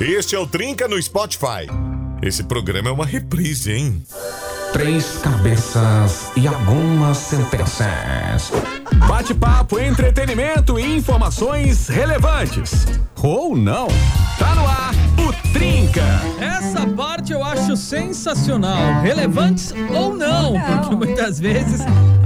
Este é o Trinca no Spotify. Esse programa é uma reprise, hein? Três cabeças e algumas sentenças. Bate-papo, entretenimento e informações relevantes. Ou não. Tá no ar o Trinca. Essa parte eu acho sensacional. Relevantes ou não, porque muitas vezes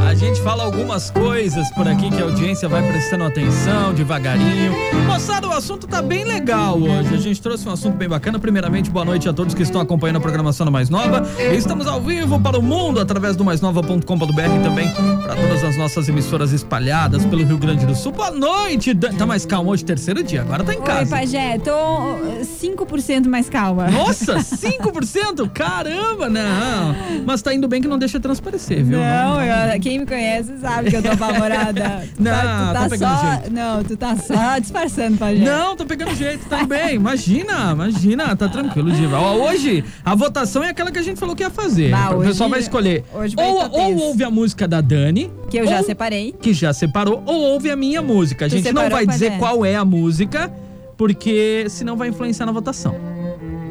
a gente fala algumas coisas por aqui que a audiência vai prestando atenção devagarinho. Moçada, o assunto tá bem legal hoje. A gente trouxe um assunto bem bacana. Primeiramente, boa noite a todos que estão acompanhando a programação da Mais Nova. Estamos ao vivo para o mundo através do maisnova.com.br e também para todas as nossas emissoras espalhadas pelo Rio Grande do Sul. Boa noite. Dan- Tá mais calmo hoje, terceiro dia. Agora tá em Oi, casa. Pajé, tô uh, 5% mais calma. Nossa, 5%? Caramba, não. Mas tá indo bem que não deixa transparecer, viu? Não, eu- quem me conhece sabe que eu tô apavorada. Tu Não, tá, tá tu pegando só, não, tu tá só disfarçando, Pajé. Não, tô pegando jeito, tá bem. Imagina, imagina, tá tranquilo, Diva. Ó, hoje a votação é aquela que a gente falou que ia fazer. Bah, o Ah, hoje- pessoal vai escolher. hoje vai ou, estar ou tenso. ouve a música da Dani. Que eu já ou- separei. Que já separou, ou ouve a minha música. A Tu gente não separou, vai dizer Pajé? qual é a música, porque senão vai influenciar na votação.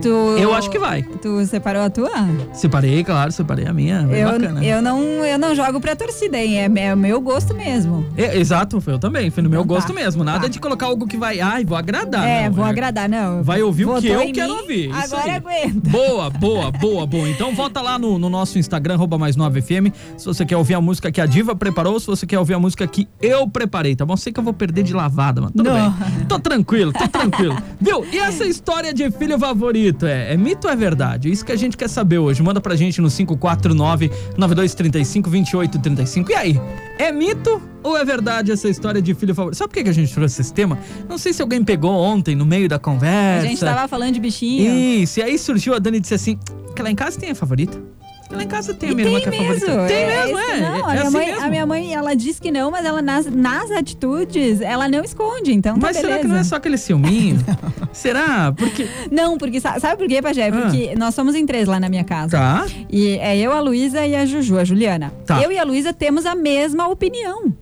Tu, Eu acho que vai. Tu separou a tua? Separei, claro, separei a minha. bem Eu, bacana. eu, não, eu não jogo pra torcida, hein? É, é o meu gosto mesmo. É, exato, foi eu também. Foi no meu Então tá, gosto mesmo. Nada tá. de colocar algo que vai. Ai, vou agradar. é, Tá, não, vou agradar, não. Vai ouvir o que Votou eu em quero mim, ouvir. isso Agora aí. aguenta. Boa, boa, boa, boa. Então volta lá no, no nosso Instagram, arroba mais 9FM. Se você quer ouvir a música que a Diva preparou, se você quer ouvir a música que eu preparei, tá bom? Sei que eu vou perder de lavada, mas tudo Não. bem. Tô tranquilo, tô tranquilo. Viu? E essa história de filho favorito? É, é mito ou é verdade? É isso que a gente quer saber hoje. Manda pra gente no 549-9235-2835. E aí? É mito ou é verdade essa história de filho favorito? Sabe por que que a gente trouxe esse tema? Não sei se alguém pegou ontem no meio da A conversa. gente tá tava falando de bichinho. Isso, e aí surgiu a Dani e disse assim: que lá em casa tem a favorita. Que lá em casa tem a minha irmã que é a favorita. Tem mesmo, isso- é. Não, a, é minha assim mãe, mesmo. a minha mãe, ela diz que não, mas ela nas, nas atitudes, ela não esconde, então tá Mas será beleza. que não é assim? só aquele ciúminho? será? Porque. Não, porque sa- sabe por quê, Pajé? Porque nós somos em três lá na minha casa. Ah. Tá. E é eu, a Luísa e a Juju, a Juliana. Tá. Eu e a Luísa temos a mesma opinião.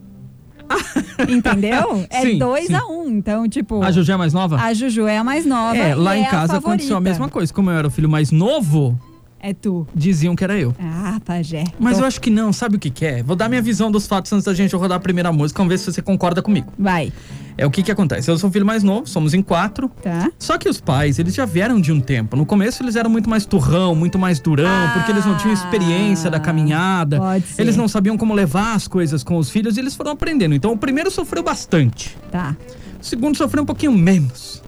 Entendeu? É Sim, 2 sim. a 1 um, então tipo A Juju é mais nova? a Juju é a mais nova. é, e lá em a casa aconteceu a favorita. mesma coisa. Como eu era o filho mais novo, É tu. diziam que era eu. Ah, Pajé. Mas Tô- eu acho que não, sabe o que, que é? Vou dar minha visão dos fatos antes da gente rodar a primeira música, vamos ver se você concorda comigo. Vai, É o que que acontece? Eu sou o filho mais novo, somos em quatro, tá? Só que os pais, eles já vieram de um tempo. No começo eles eram muito mais turrão, muito mais durão, Ah. porque eles não tinham experiência da caminhada. Pode ser. Eles não sabiam como levar as coisas com os filhos e eles foram aprendendo. Então o primeiro sofreu bastante. Tá. O segundo sofreu um pouquinho menos.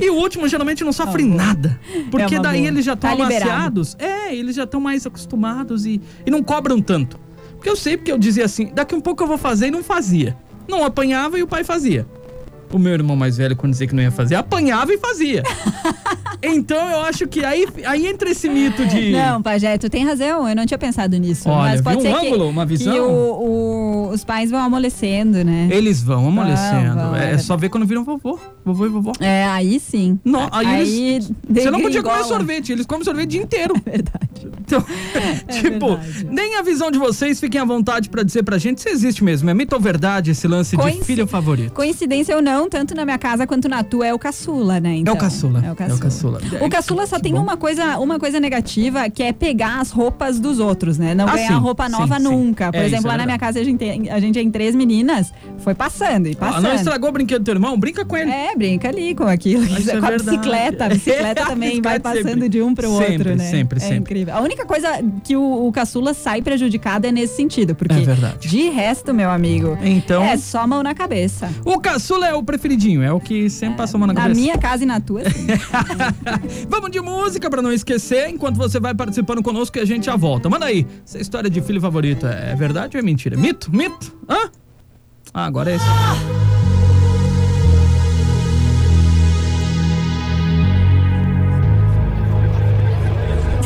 E o último geralmente não sofre nada. Porque Tá uma daí boa. eles já estão Tá liberado. amaciados. É, eles já estão mais acostumados e, e não cobram tanto. Porque eu sei, porque eu dizia assim, daqui um pouco eu vou fazer e não fazia. Não apanhava e o pai fazia. O meu irmão mais velho, quando dizia que não ia fazer, apanhava e fazia. então eu acho que aí, aí entra esse mito de. Não, Pajé, tu tem razão, eu não tinha pensado nisso. Olha, mas pode viu ser um que, ângulo, uma visão? que o- o- os pais vão amolecendo, né? Eles vão amolecendo. Vão, vão, é, é só ver quando viram vovô. Vovô e vovó. É, aí sim. Não, aí, Aí eles. Você não podia comer degringola. sorvete, eles comem sorvete o dia inteiro. Verdade. Então, tipo, É verdade. nem a visão de vocês, fiquem à vontade pra dizer pra gente se existe mesmo. É mito ou verdade esse lance de Coinci- filho favorito? Coincidência ou não, tanto na minha casa quanto na tua é o caçula, né? Então, é o caçula. É o caçula. O caçula só tem Bom. uma coisa, uma coisa negativa, que é pegar as roupas dos outros, né? Não Ah, ganhar sim, roupa sim, nova sim. nunca. Por É, isso exemplo, é lá na minha verdade. casa a gente, tem- a gente é em três meninas, foi passando e Ah, passando. não estragou o brinquedo do teu irmão? Brinca com ele. É, brinca ali com aquilo. Isso é com a verdade. bicicleta. A bicicleta É, também vai a bicicleta passando sempre. de um pro Sempre, outro, né? sempre, É sempre. incrível. A única coisa que o, o caçula sai prejudicado é nesse sentido, porque É verdade. de resto, meu amigo, Então- é só mão na cabeça. O caçula é o preferidinho, é o que sempre passa a mão na Na cabeça. minha casa e na tua, sim. Vamos de música pra não esquecer, enquanto você vai participando conosco e a gente já volta. Manda aí, essa história de filho favorito é verdade ou é mentira? Mito? Mito? Hã? Ah, agora é isso.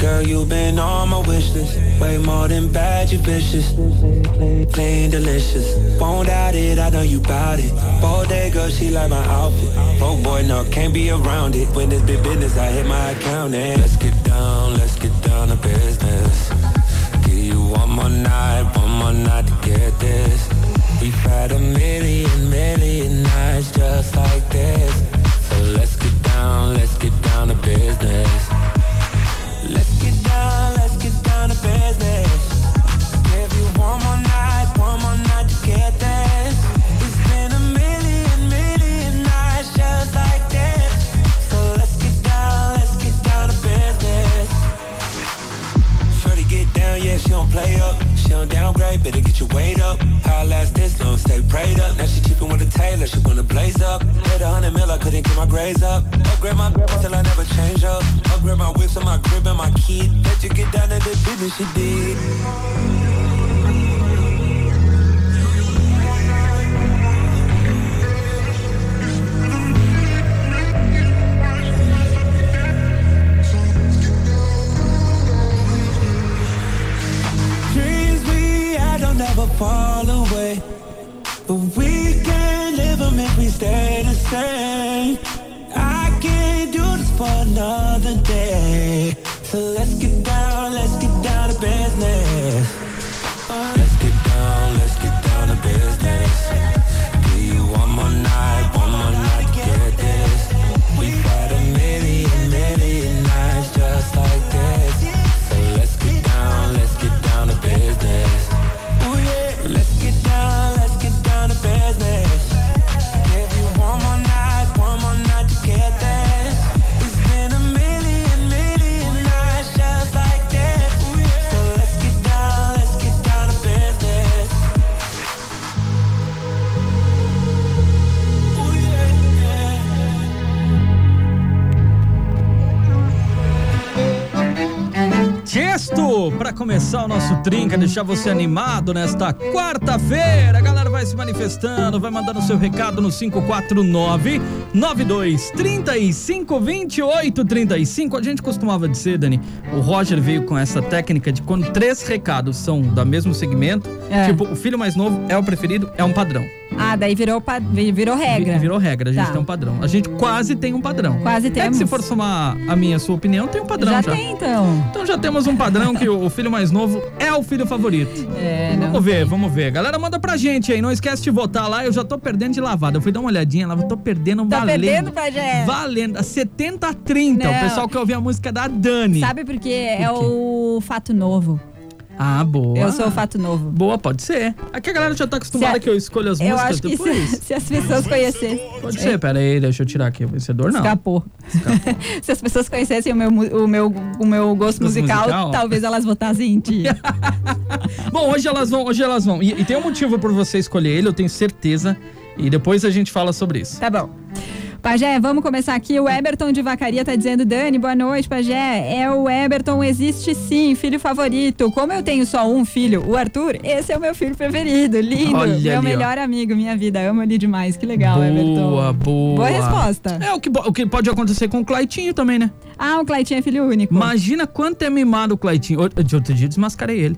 Girl, you've been on my wish list. Way more than bad, you vicious. Plain delicious. Won't doubt it, I know you bout it. Bodega, she like my outfit. Oh boy, no, can't be around it. When it's big business, I hit my accountant. Let's get down, let's get down to business. Give you one more night, one more night to get this. We've had a million, million nights just like this. So let's get down, let's get down to business. Let's get down, let's get down to business. Give you one more night, one more night to get this. It's been a million, million nights just like this. So let's get down, let's get down to business. Shorty get down, yeah, she don't play up. She don't downgrade, better get your weight up. How I last this long, stay prayed up. Now she keepin' with a tailor, she wanna blaze up. Hit a hundred mil, I couldn't get my grades up. Upgrade my grip till I never change up. Upgrade my whips and my crib and my kid. Let you get down to the business she did. Dreams we had don't ever fall away. But we can live 'em if we stay the same. I can't do this for another day. So let's get down, let's get down to business. Let's get down, let's get down to business. Do you one more night, one more night to get this? We've had a million, million nights just like this. So let's get down, let's get down to business. Ooh Oh, yeah, let's get down, let's get down to business. Give you one more night, one more night to get this. It's been a million, million nights just like this. Ooh yeah, so let's get down, let's get down to business. Ooh yeah, yeah. Tiesto, para começar o nosso trinca, deixar você animado nesta quarta-feira. A galera vai se manifestando, vai mandando seu recado no 549 92 35 28 35. A gente costumava dizer, Dani, o Roger veio com essa técnica de quando três recados são do mesmo segmento, É. tipo, o filho mais novo é o preferido, é um padrão. Ah, daí virou, pa- vi- virou regra. Vi- Virou regra, a gente Tá. tem um padrão. A gente quase tem um padrão. Quase Até que temos. se for somar a minha, a sua opinião, tem um padrão já, já. tem, então. Então já temos um padrão que o filho mais novo é o filho favorito. É, não. Vamos ver, vamos ver. Galera, manda pra gente aí. Não esquece de votar lá. Eu já tô perdendo de lavada. Eu fui dar uma olhadinha lá. eu Tô perdendo Tá valendo. perdendo pra gente. Valendo. A 70 a 30. Não. O pessoal quer ouvir a música da Dani. Sabe por quê? É Por quê? o fato novo. Ah, boa. Eu sou o fato novo. Boa, pode ser. Aqui a galera já tá acostumada Se a- que eu escolho as Eu músicas acho que é depois. se, se as pessoas conhecessem. Pode ser, pera aí, deixa eu tirar aqui o vencedor, não. Escapou. se as pessoas conhecessem o meu, mu- o meu, o meu gosto Gosto musical, musical? talvez elas votassem em ti. Bom, hoje elas vão, hoje elas vão. E, e tem um motivo por você escolher ele, eu tenho certeza. E depois a gente fala sobre isso. Tá bom. Pajé, vamos começar aqui. O Eberton de Vacaria tá dizendo, Dani, boa noite, Pajé. É o Eberton, existe sim, filho favorito. Como eu tenho só um filho, o Arthur, esse é o meu filho preferido. Lindo, Olha meu ali, ó. melhor amigo, minha vida. Amo ele demais. Que legal, Eberton. Boa, boa. Boa resposta. É o que, bo- o que pode acontecer com o Claitinho também, né? Ah, o Claitinho é filho único. Imagina quanto é mimado o Claitinho. Outro- De outro dia eu desmascarei ele.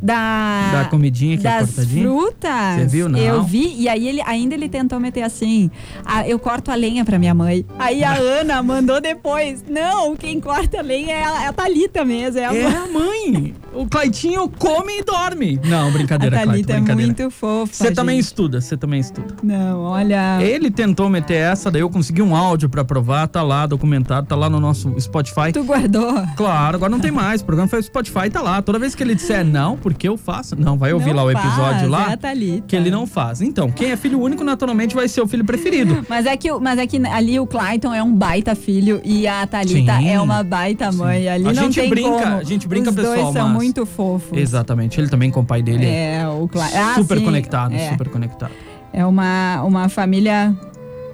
da, Da comidinha que é das cortadinha? frutas. Você viu, não? Eu vi e aí ele ainda ele tentou meter assim, "Ah, eu corto a lenha pra minha mãe. Aí a Ana mandou depois, não, quem corta a lenha é a, é a Thalita mesmo, é a É mãe. a mãe. O Claitinho come e dorme. Não, A brincadeira, Claitinho, Thalita é brincadeira. muito fofa. Você também gente. estuda, você também estuda. Não, olha. Ele tentou meter essa, daí eu consegui um áudio pra provar, tá lá documentado, tá lá no nosso Spotify. Tu guardou. Claro, agora não tem mais. O programa foi pro Spotify, tá lá. Toda vez que ele disser não, porque eu faço. Não, vai ouvir Não lá o faz, episódio lá. é a Thalita. que ele não faz. Então, quem é filho único naturalmente vai ser o filho preferido. Mas é, que, o- mas é que ali o Clayton é um baita filho e a Thalita Sim. é uma baita mãe. Ali A não gente tem brinca, como. a gente brinca, Os pessoal, dois são mas- muito fofos. Exatamente. Ele também com o pai dele. É, o Clayton. Ah, super sim, conectado, é. super conectado. É uma, uma família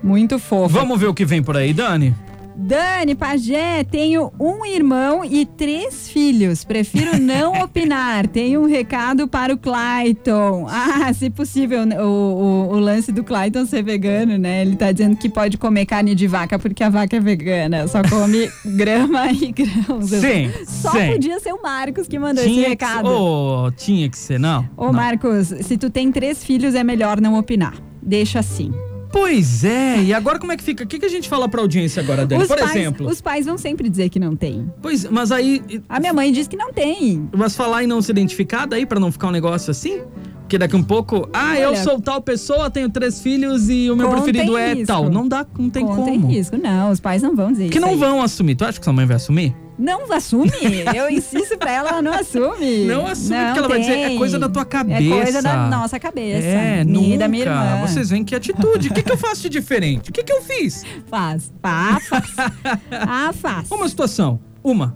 muito fofa. Vamos ver o que vem por aí, Dani. Dani Pajé, tenho um irmão e três filhos. Prefiro não opinar. Tenho um recado para o Clayton. Ah, se possível, o, o- o lance do Clayton ser vegano, né? Ele tá dizendo que pode comer carne de vaca porque a vaca é vegana. Só come grama e grãos. Sim, Só sim. podia ser o Marcos que mandou esse Tinha que, recado. oh, tinha que ser, não? Ô, não. Marcos, se tu tem três filhos, é melhor não opinar. Deixa assim. Pois é, e agora como é que fica? O que, que a gente fala pra audiência agora, Dani? Os Por pais- exemplo. Os pais vão sempre dizer que não tem. Pois, mas aí. A minha mãe diz que não tem. Mas falar em não se identificar daí pra não ficar um negócio assim? Porque daqui um pouco, ah, eu Olha, sou tal pessoa, tenho três filhos e o meu contem preferido é risco. tal. Não dá, não tem Não tem como. risco, não. Os pais não vão dizer que isso. não aí. vão assumir. Tu acha que sua mãe vai assumir? Não assume. Eu insisto pra ela, ela não assume. Não assume, porque ela vai dizer, é tem. coisa da tua É cabeça. coisa da nossa cabeça. É, minha, e nunca. da minha irmã. Vocês veem que atitude. O que, que eu faço de diferente? O que, que eu fiz? Faz. Ah, faz. ah, faz. Uma situação. Uma.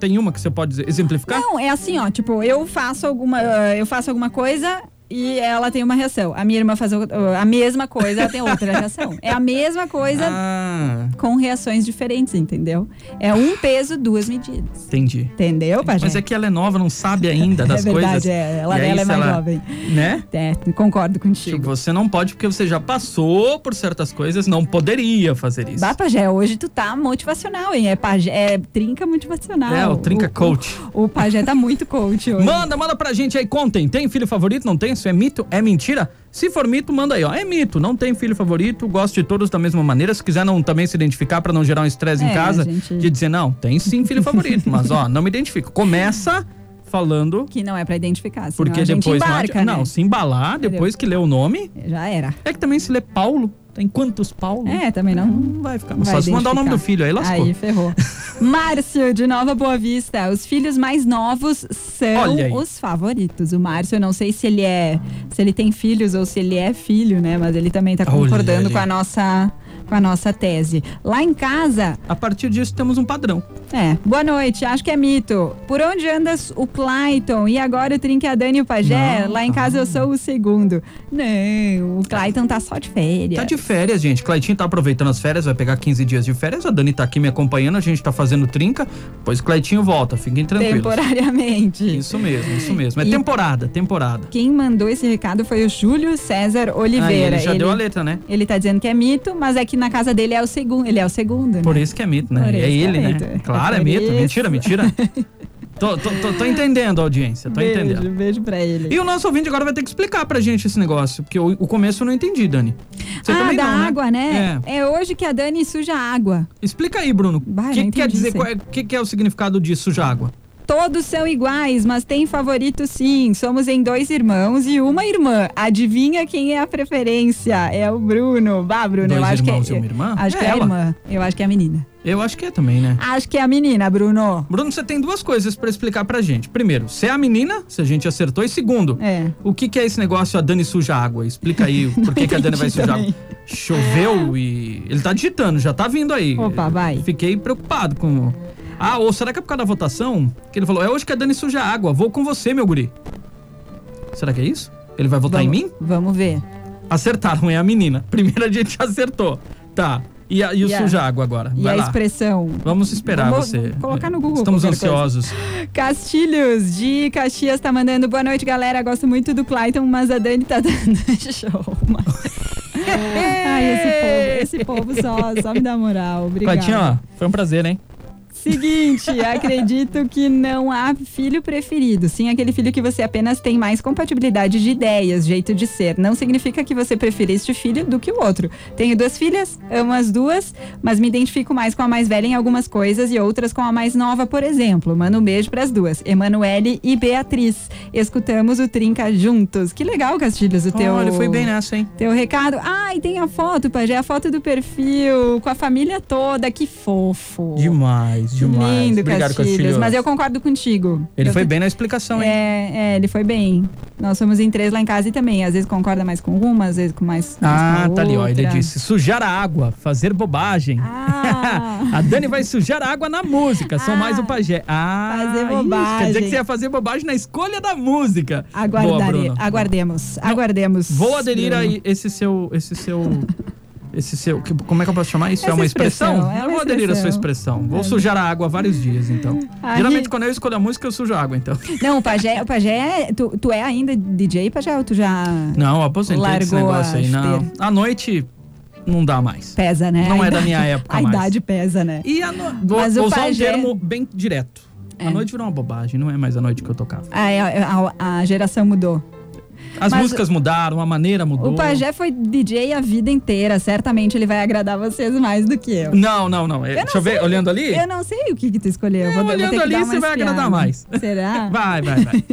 Tem uma que você pode dizer- exemplificar? Não, é assim, ó, tipo, eu faço alguma, ah, eu faço alguma coisa e ela tem uma reação. A minha irmã faz o- a mesma coisa, ela tem outra reação. É a mesma coisa Ah, com reações diferentes, entendeu? É um peso, duas medidas. entendi. Entendeu, Pajé? Mas é que ela é nova, não sabe ainda das É verdade, coisas. é. Ela- E aí, ela é se mais jovem. Né? É, concordo Que contigo. você não pode porque você já passou por certas coisas, não poderia fazer isso. Bah, Pajé, hoje tu tá motivacional, hein? É, pajé, é trinca motivacional. É, o trinca coach. O, o Pajé tá muito coach hoje. Manda, manda pra gente aí, contem. Tem filho favorito? Não tem? Isso é mito? É mentira? Se for mito, manda aí, ó. É mito, não tem filho favorito, gosto de todos da mesma maneira. Se quiser não, também se identificar pra não gerar um estresse em É, casa, gente. de dizer, não, tem sim filho favorito, mas ó, não me identifico. Começa falando, Que não é pra identificar, senão porque a gente depois. não embarca, adi- né? não, se embalar, depois que lê o nome. Já era. É que também se lê Paulo, tem quantos Paulo? É, também não, Não vai ficar. Vai Só se mandar o nome do identificar. filho, aí lascou. Aí ferrou. Márcio, de Nova Boa Vista. Os filhos mais novos Olha aí. são os favoritos. O Márcio, eu não sei se ele é. se ele tem filhos ou se ele é filho, né? Mas ele também tá Olha concordando ali. com a nossa. Com a nossa tese. Lá em casa, A partir disso temos um padrão. é. Boa noite, acho que é mito. Por onde andas o Clayton? E agora o Trinque a Dani e o Pajé? Não. Lá em casa eu sou o segundo. Não, o Clayton tá só de férias. Tá de férias, gente. Claitinho tá aproveitando as férias, vai pegar 15 dias de férias. A Dani tá aqui me acompanhando, a gente tá fazendo trinca. Pois Claitinho volta, fiquem tranquilos. Temporariamente. Isso mesmo, isso mesmo. É E- temporada, temporada. Quem mandou esse recado foi o Júlio César Oliveira. Ah, ele já deu a letra, né? ele tá dizendo que é mito, mas é que na casa dele é o segundo. Ele é o segundo, né? Por isso que é mito, né? Por isso É que é ele, mito. né? Claro, é Por mito. isso. Mentira, mentira. Tô, tô, tô, tô entendendo, audiência. Tô entendendo. Beijo, beijo pra ele. E o nosso ouvinte agora vai ter que explicar pra gente esse negócio, porque o, o começo eu não entendi, Dani. Você ah, também da não, né? água, né? É. É. hoje que a Dani suja a água. Explica aí, Bruno. Bah, O eu que, não que quer entendi dizer? isso O aí. que, que é o significado de suja água? Todos são iguais, mas tem favorito sim. Somos em dois irmãos e uma irmã. Adivinha quem é a preferência? É o Bruno. Bah, Bruno, Dois eu acho irmãos que e é. uma irmã? Acho É que é a ela. irmã. Eu acho que é a menina. Eu acho que é também, né? Acho que é a menina, Bruno. Bruno, você tem duas coisas pra explicar pra gente. Primeiro, se é a menina, se a gente acertou. E segundo, É. o que, que é esse negócio a Dani suja água? Explica aí por que, que a Dani vai entendi sujar também. água. Choveu e. Ele tá digitando, já tá vindo aí. Opa, vai. Fiquei preocupado com. Ah, ou será que é por causa da votação? Que ele falou: é hoje que a Dani suja água, vou com você, meu guri. Será que é isso? Ele vai votar vamos, em mim? Vamos ver. Acertaram, é a menina. Primeiro a gente acertou. Tá. E, a- e o E a- suja água agora? E vai a lá. expressão? Vamos esperar Vamos você. É, colocar no Google Estamos qualquer coisa. ansiosos. Castilhos de Caxias tá mandando boa noite, galera. Gosto muito do Clayton, mas a Dani tá dando show. Ai, esse povo, esse povo só, só me dá moral. Obrigada. Clatinho, ó, foi um prazer, hein? Seguinte, acredito que não há filho preferido. Sim, aquele filho que você apenas tem mais compatibilidade de ideias, jeito de ser. Não significa que você prefira este filho do que o outro. Tenho duas filhas, amo as duas, mas me identifico mais com a mais velha em algumas coisas e outras com a mais nova, por exemplo. Manda um beijo pras duas, Emanuele e Beatriz. Escutamos o Trinca juntos. Que legal, Castilhos, o teu. Olha, foi bem nessa, hein? Teu recado. Ai, tem a foto, Pajé, a foto do perfil, com a família toda. Que fofo. Que Demais, demais. Lindo, Obrigado, Castilhos. Castilhos. Mas eu concordo contigo. Ele Eu foi tô- bem na explicação, hein? É, é, ele foi bem. Nós somos em três lá em casa e também. Às vezes concorda mais com uma, às vezes com mais. mais Ah, com a tá ali, ó. Ele outra. disse: sujar a água, fazer bobagem. Ah. a Dani vai sujar a água na música, são Ah, mais o pajé. Ah, fazer isso, Quer dizer bobagem. que você ia fazer bobagem na escolha da música. Boa, Aguardare, Bruno. aguardemos, aguardemos. Vou aderir Bruno. a esse seu, esse seu Esse seu. que- Como é que eu posso chamar isso? Essa é uma expressão? expressão, é Eu uma vou aderir à sua expressão. É. expressão. Vou sujar a água vários dias, então. Aí- Geralmente, quando eu escolho a música, eu sujo a água, então. Não, o Pajé, o Pajé tu, tu é ainda DJ, Pajé? Ou tu já Não, eu aposentei desse Largou negócio a aí. Não. chuteira. À noite, não dá mais. pesa, né? Não A é da idade- minha época A mais. idade pesa, né? E a no... vou, Mas vou o é usar pajé- um termo bem direto. A noite virou uma bobagem, não é mais a noite que eu tocava. Ah, é, a, a geração mudou. As Mas músicas mudaram, a maneira mudou. O Pajé foi DJ a vida inteira. Certamente ele vai agradar vocês mais do que eu. Não, não, não. É, não Deixa eu ver, sei. olhando ali? Eu não sei o que, que tu escolheu. É, vou, vou olhando ter que ali, dar uma você vai espiada. agradar mais. Será? Vai, vai, vai.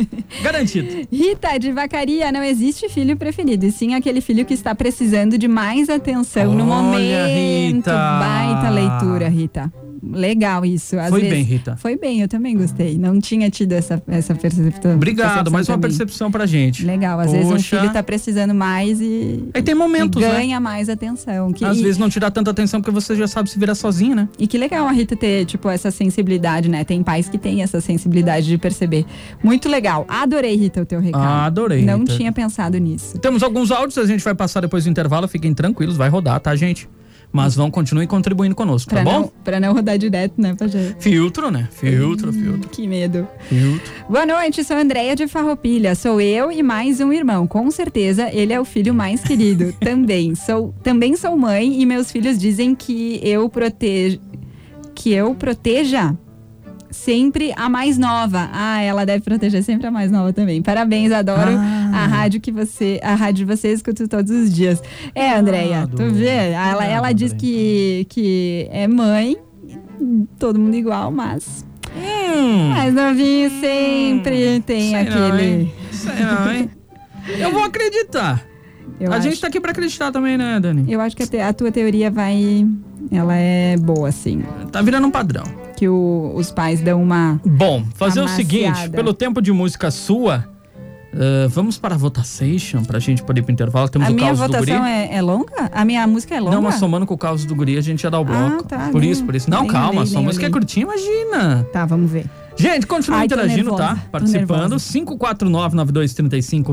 Garantido. Rita de Vacaria, não existe filho preferido, e sim aquele filho que está precisando de mais atenção no Olha, momento. Rita. Baita leitura, Rita. Legal isso. Às Foi vezes- bem, Rita. Foi bem, eu também gostei. Não tinha tido essa, essa percepção. Obrigado, percepção mais uma pra mim. percepção pra gente. Legal, às Poxa. vezes um filho tá precisando mais e, Aí tem e momentos, né? ganha mais atenção. Que, Às e, vezes não te dá tanta atenção porque você já sabe se virar sozinho, né? e que legal a Rita ter, tipo, essa sensibilidade, né? Tem pais que têm essa sensibilidade de perceber. Muito legal. Adorei, Rita, o teu recado. Ah, adorei, Não Rita. tinha pensado nisso. Temos alguns áudios, a gente vai passar depois do intervalo, fiquem tranquilos, vai rodar, tá, gente? Mas vão, continuem contribuindo conosco, Pra, tá bom? não, pra não rodar direto, né, Pajé? Filtro, né? Hum. Filtro, filtro, Que medo. filtro. Boa noite, sou Andréia de Farroupilha. Sou eu e mais um irmão. Com certeza, ele é o filho mais querido. também sou, também sou mãe e meus filhos dizem que eu protejo que eu proteja sempre a mais nova. Ah, ela deve proteger sempre a mais nova também. Parabéns, adoro a rádio que você, a rádio de você escuto todos os dias. É, Andréia, tu vê? Ela, ela diz que que é mãe, todo mundo igual, mas Hum, mas novinho sempre tem sei aquele. não, hein? Sei não, hein? Eu vou acreditar. Eu, a acho, gente tá aqui pra acreditar também, né, Dani? eu acho que a, te- a tua teoria vai. Ela é boa, assim. Tá virando um padrão. Que o- os pais dão uma. Bom, fazer o Amaciada. seguinte, pelo tempo de música sua, ah, vamos para a votação pra gente poder ir pro intervalo. Temos a o minha caos do votação guri. é, é longa? A minha música é longa? Não, mas somando com o caos do guri, a gente já dá o bloco. tá, por nem- isso, por isso. Não, nem calma, olhei, sua nem música é olhei. curtinha, imagina. Tá, vamos ver. Gente, continua Ai, tô interagindo, nervosa, tá? tô Participando. nervosa.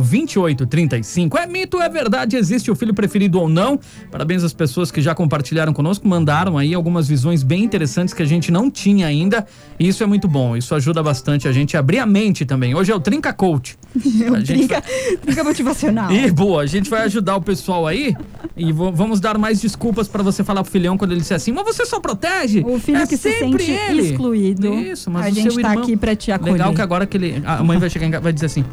549-9235-2835. É mito, é verdade, existe o filho preferido ou não? Parabéns às pessoas que já compartilharam conosco, mandaram aí algumas visões bem interessantes que a gente não tinha ainda. E isso é muito bom, isso ajuda bastante a gente a abrir a mente também. Hoje é o Trinca Coach. a gente Trinca, trinca motivacional. e boa, a gente vai ajudar o pessoal aí e vo- vamos dar mais desculpas pra você falar pro filhão quando ele disser assim, mas você só protege. O filho é que se sempre sente ele." excluído. Isso, mas a o gente seu tá irmão- aqui pra te acolher. Legal que agora que ele, a mãe vai chegar em casa vai dizer assim.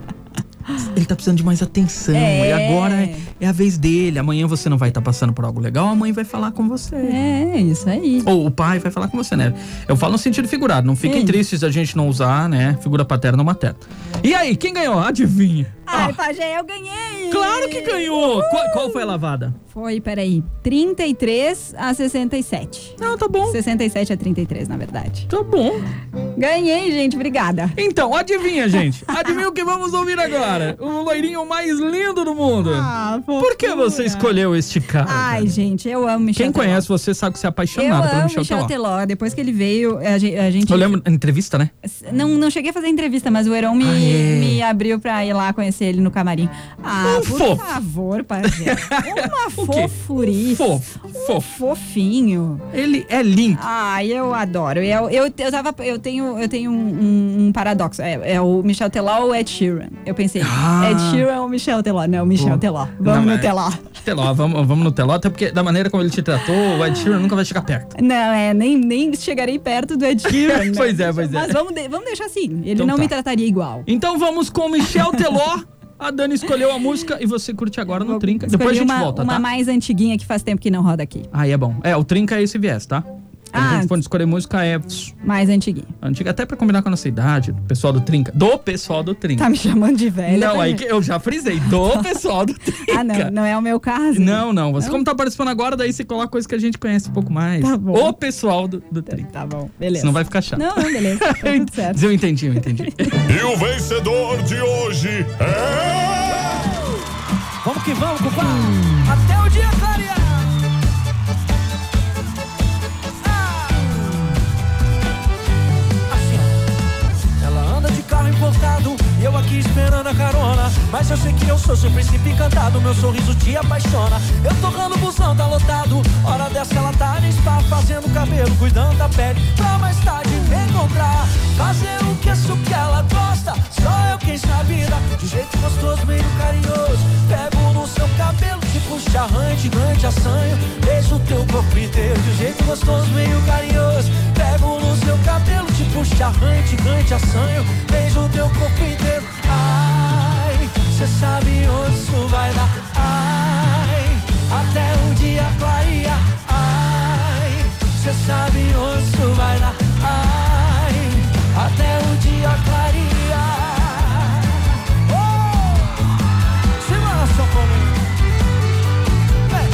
Ele tá precisando de mais atenção. É. E agora é, é a vez dele. Amanhã você não vai estar passando por algo legal, a mãe vai falar com você. É, isso aí. Ou o pai vai falar com você, né? Eu falo no sentido figurado. Não fiquem Sim. tristes a gente não usar, né? Figura paterna ou materna. E aí, quem ganhou? Adivinha? Ai, tá Ah, Pajé, eu ganhei! claro que ganhou! Qual, qual foi a lavada? Foi, peraí. 33 a 67. Não, tá bom. 67 a 33, na verdade. Tá bom. Ganhei, gente, obrigada. Então, adivinha, gente. Adivinha o que vamos ouvir agora? O loirinho mais lindo do mundo. Por que você escolheu este cara? Ah, Ai, gente, eu amo Michel Quem Teló. conhece você sabe que você é Eu apaixonado por amo Michel Michel Teló. Teló. Depois que ele veio, a gen- a gente. Eu lembro, entrevista, né? Não, não cheguei a fazer entrevista, mas o Heron me, Ah, é. me abriu pra ir lá conhecer ele no camarim. Ah, Um por fofo. favor, pajé. Uma O quê? Um fofurice. Um Fofo, fofo. Fofinho. Ele é lindo. Ai, eu adoro. Eu, eu, eu, tava, eu tenho, eu tenho um, um- um paradoxo. É, é o Michel Teló ou Ed Sheeran? Eu pensei, Ah. Ed Sheeran ou Michel Teló? Não, Michel Teló. Não, Vamos mas- no Teló. Teló, vamos, vamos no Teló, até porque da maneira como ele te tratou, o Ed Sheeran nunca vai chegar perto. Não, é, nem, nem chegarei perto do Ed Sheeran. né? Pois é, pois é. Mas vamos, de- vamos deixar assim. Ele Então não tá. me trataria igual. Então vamos com Michel Teló. A Dani escolheu a música e você curte agora no Trinca. Depois a Escolhi gente uma, volta, Uma tá? mais antiguinha que faz tempo que não roda aqui. Aí é bom. É, o Trinca é esse viés, tá? Quando a Ah. gente for escolher música, é Mais antiguinha. antiga, até pra combinar com a nossa idade, do pessoal do Trinca. Do pessoal do Trinca. Tá me chamando de velha. não, tá aí me- que eu já frisei. Do pessoal do Trinca. Tá. Ah, não, não é o meu caso. Não, não. Você, como tá participando agora, daí você coloca coisa que a gente conhece um pouco mais. Tá bom. O pessoal do, do Trinca. Tá bom, beleza. Senão vai ficar chato. Não, não, beleza. Tá tudo certo. Mas eu entendi, eu entendi. E o vencedor de hoje é. vamos que vamos, compadre. Até o dia clarear. Ah. assim, ó. Ela anda de carro importado e eu aqui esperando a carona. Mas eu sei que eu sou seu príncipe encantado, meu sorriso te apaixona. Eu tocando o busão, tá lotado. Hora dessa ela tá no spa, fazendo cabelo, cuidando da pele. Pra mais tarde me encontrar, fazer o que é isso que ela gosta. Só eu quem sabe dá, de jeito gostoso, meio carinhoso. Pego no seu cabelo, tipo te puxo, arranho, gigante, assanho. Beijo teu corpo inteiro, de jeito gostoso, meio carinhoso. Pego no seu cabelo, te puxo, arranho, gigante, assanho. Beijo teu corpo inteiro. Ai, cê sabe onde isso vai dar. Ai, até o dia clarear. Ai, cê sabe onde isso vai dar. Ai, até o dia clarear. Oh, se massa comigo. Vem,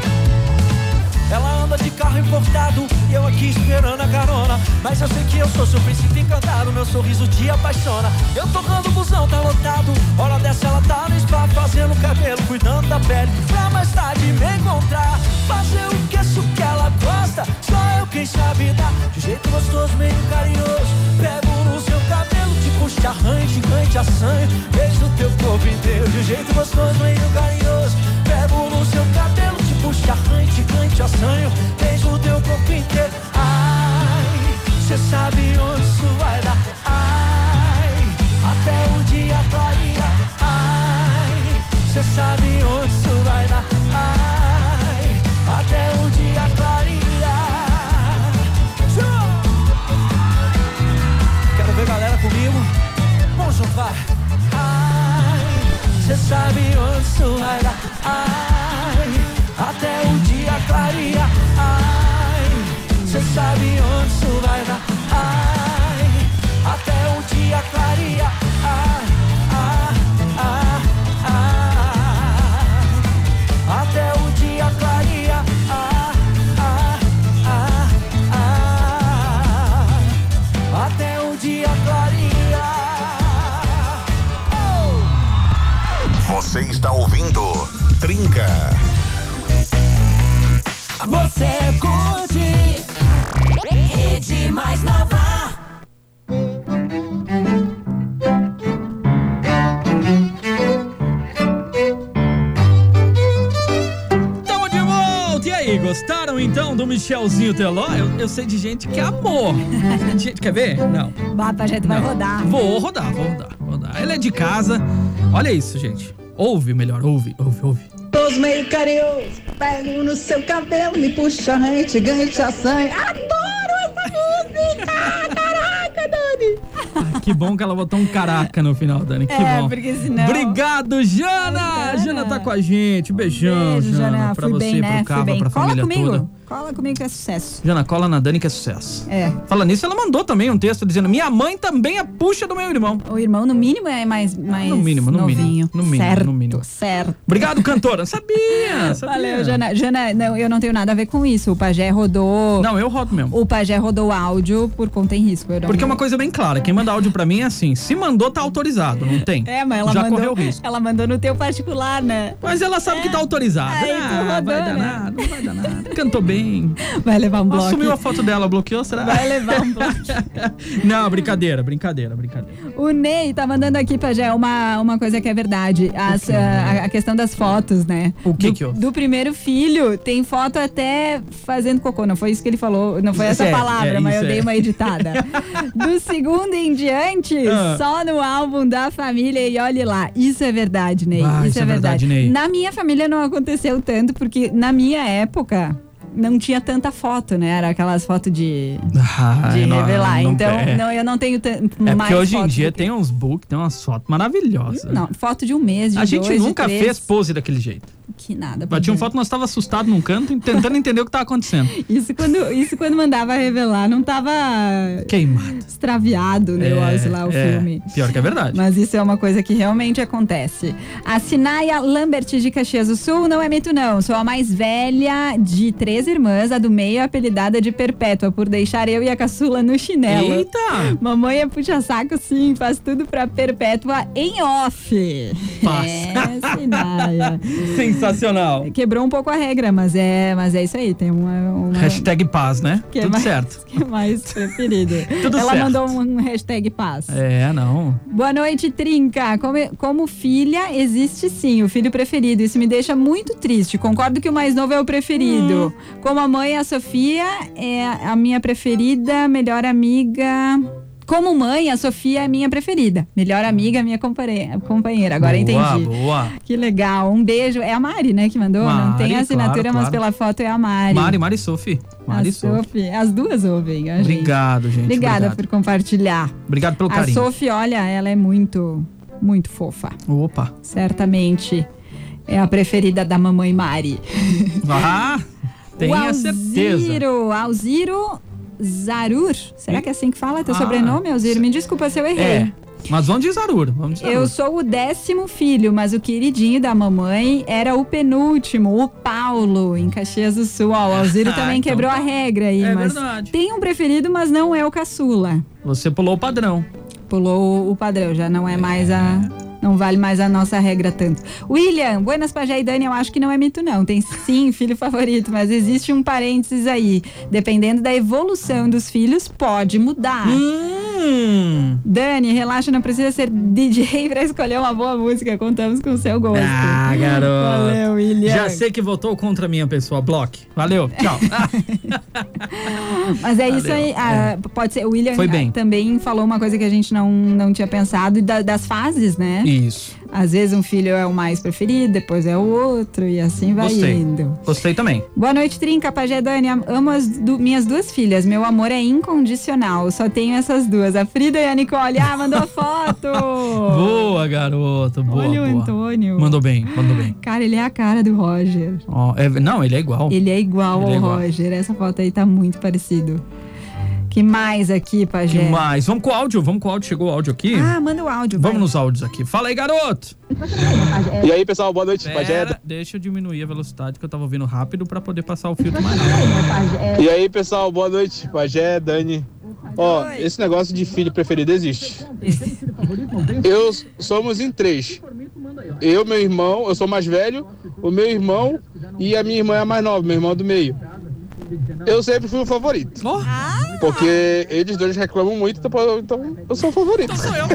vem. Ela anda de carro importado e eu aqui esperando a carona. Mas eu sei que eu sou seu príncipe encantado, meu sorriso te apaixona. Eu tocando o busão, tá lotado. Hora dessa ela tá no spa, fazendo cabelo, cuidando da pele. Pra mais tarde me encontrar, fazer o que isso que ela gosta. Só eu quem sabe dar, de jeito gostoso, meio carinhoso. Pego no seu cabelo, te puxo, arranho, gigante, assanho. Beijo teu corpo inteiro, de jeito gostoso, meio carinhoso. Pego no seu cabelo, te puxo, arranho, gigante, assanho. Beijo teu corpo inteiro. Ai, cê sabe onde isso vai dar. Ai, até o dia clarear. Ai, cê sabe onde isso vai dar. Ai, até o dia clarear. Tchau! Quero ver galera comigo. Vamos juntar. Ai, cê sabe onde isso vai dar. Ai, até o dia clarear. Ai, cê sabe onde isso vai dar. Ai, até o dia clarear. Ai, ah, ah, ah, ah. Até o dia clarear. Ah, ah, ah, ah até o dia clarear. Oh! Você está ouvindo Trinca. Você curte Rede Mais Nova. Tamo de volta! E aí, gostaram então do Michelzinho Teló? Eu, eu sei de gente que amou. De gente, quer ver? Não. Bah, Pajé, tu vai Não. rodar. Vou rodar, vou rodar, vou rodar. Ele é de casa. Olha isso, gente. Ouve melhor, ouve, ouve, ouve. Gostoso, meio carinhoso. Pego no seu cabelo, me puxa rente, ganha te assanha. Adoro essa música! Caraca, Dani! Que bom que ela botou um caraca no final, Dani. Que É, bom. porque senão- Obrigado, Jana! Jana. Jana tá com a gente. Beijão, Beijo, Jana. Jana. Pra Fui você, bem, né? pro Fui Cava, bem. pra Cola família comigo. toda. Cola comigo que é sucesso. Jana, cola na Dani que é sucesso. É. Fala nisso, ela mandou também um texto dizendo: Minha mãe também é puxa do meu irmão. O irmão, no mínimo, é mais, mais No mínimo, no mínimo, novinho. no mínimo, certo, no mínimo. Tá Certo. Obrigado, cantora. Sabia, sabia. Valeu, Jana. Jana, não, eu não tenho nada a ver com isso. O Pajé rodou. Não, eu rodo mesmo. O Pajé rodou o áudio por conta em risco. Eu não- Porque é uma coisa bem clara, quem manda áudio pra mim é assim, se mandou, tá autorizado, não tem. É, mas ela Já mandou. correu risco. Ela mandou no teu particular, né? Mas ela sabe que tá autorizado. Aí tu ah, não vai rodou, dar né? nada, não vai dar nada. Cantou bem. Vai levar um bloco. Assumiu a foto dela, bloqueou, será? Vai levar um bloco. Não, brincadeira, brincadeira, brincadeira. O Ney tá mandando aqui, Pajé, uma, uma coisa que é verdade. As, a, a questão das fotos, né? O que do, que houve? Do primeiro filho, tem foto até fazendo cocô. Não foi isso que ele falou, não foi Isso essa é, palavra, é, mas isso eu é. dei uma editada. do segundo em diante, Ah. só no álbum da família e olhe lá. Isso é verdade, Ney. Ah, isso é verdade, Ney. Na minha família não aconteceu tanto, porque na minha época... Não tinha tanta foto, né? Era aquelas fotos de, Ah, de não- revelar. não- então, é. não, eu não tenho tanto É mais porque hoje em fotos dia do que- tem uns book, tem umas fotos maravilhosas. não, foto de um mês, de A gente dois, de nunca três. Uhum. fez pose daquele jeito. Que nada. é. Batia um Pedro. foto, nós tava assustado num canto, tentando entender o que tava acontecendo. Isso quando, isso quando mandava revelar, não tava Queimado. extraviado o negócio lá, o é, filme. Pior que é verdade. Mas isso é uma coisa que realmente acontece. A Sinaia Lambert de Caxias do Sul não é mito, não. Sou a mais velha de três irmãs, a do meio é apelidada de Perpétua, por deixar eu e a caçula no chinelo. Eita! Mamãe é puxa-saco, sim, faz tudo pra Perpétua em off. Faz. É, Sinaia. Sem Sensacional. Quebrou um pouco a regra, mas é, mas é isso aí. Tem uma. uma- Hashtag paz, né? que é Tudo mais, certo. Que é mais preferida. Tudo Ela certo. mandou um hashtag paz. É, não. Boa noite, Trinca. Como, como filha, existe sim o filho preferido. Isso me deixa muito triste. Concordo que o mais novo é o preferido. Hum. Como a mãe, a Sofia é a minha preferida, melhor amiga. Como mãe, a Sofia é a minha preferida. Melhor amiga, minha compare- companheira. Agora boa, entendi. Boa. Que legal. Um beijo. É a Mari, né, que mandou? Não Mari, tem a assinatura, claro, mas claro. pela foto é a Mari. Mari, Mari Sophie. Mari a Sophie. Sophie. As duas ouvem. a gente. Obrigado, gente. Obrigada obrigado. por compartilhar. Obrigado pelo A carinho. Sophie, olha, ela é muito, muito fofa. Opa. Certamente é a preferida da mamãe Mari. Ah, o é tenha certeza. Alziro, Alziro Zarur. Será que é assim que fala teu Ah. sobrenome, Alziro? Me desculpa se eu errei. É. Mas vamos de Zarur. Vamos de Zarur. Eu sou o décimo filho, mas o queridinho da mamãe era o penúltimo, o Paulo, em Caxias do Sul. Ó, o Alziro Ah, também então quebrou tá. a regra aí, É mas verdade. tem um preferido, mas não é o caçula. Você pulou o padrão. Pulou o padrão, já não é mais a. Não vale mais a nossa regra tanto. William, Buenas Pajé e Dani, eu acho que não é mito, não. Tem sim filho favorito, mas existe um parênteses aí. Dependendo da evolução dos filhos, pode mudar. Hum. Dani, relaxa, não precisa ser DJ pra escolher uma boa música. Contamos com o seu gosto. Ah, garoto. Valeu, William. Já sei que votou contra a minha pessoa. Block. Valeu. Tchau. Mas é isso Valeu. aí. ah, Pode ser. O William Foi bem. ah, também falou uma coisa que a gente não, não tinha pensado e da- das fases, né? Isso. Às vezes um filho é o mais preferido, depois é o outro, e assim vai Gostei. indo. Gostei também. Boa noite, Trinca, Pajé Dani. Am- Amo as du- minhas duas filhas. Meu amor é incondicional. Só tenho essas duas, a Frida e a Nicole. Ah, mandou a foto! Boa, garoto. Boa. Olha o boa. Antônio. Mandou bem, mandou bem. Cara, ele é a cara do Roger. Ó, é- não, ele é igual. Ele é igual Ele ao é igual. Roger. Essa foto aí tá muito parecido. Que mais aqui, Que Pajé? mais? Vamos com o áudio, vamos com o áudio. Chegou o áudio aqui. é. Ah, manda o áudio. vamos vai. nos áudios aqui. Fala aí, garoto. E aí, pessoal, boa noite, Pajé. Pera, deixa eu diminuir a velocidade que eu tava ouvindo rápido pra poder passar o filtro mais E aí, pessoal, boa noite, Pajé, Dani. Ó, Oi. esse negócio de filho preferido existe. Eu somos em três. Eu, meu irmão, eu sou mais velho, o meu irmão e a minha irmã é a mais nova, meu irmão do meio. Eu sempre fui o favorito, Oh, Ah. porque eles dois reclamam muito, então eu- então eu sou o favorito. sou eu.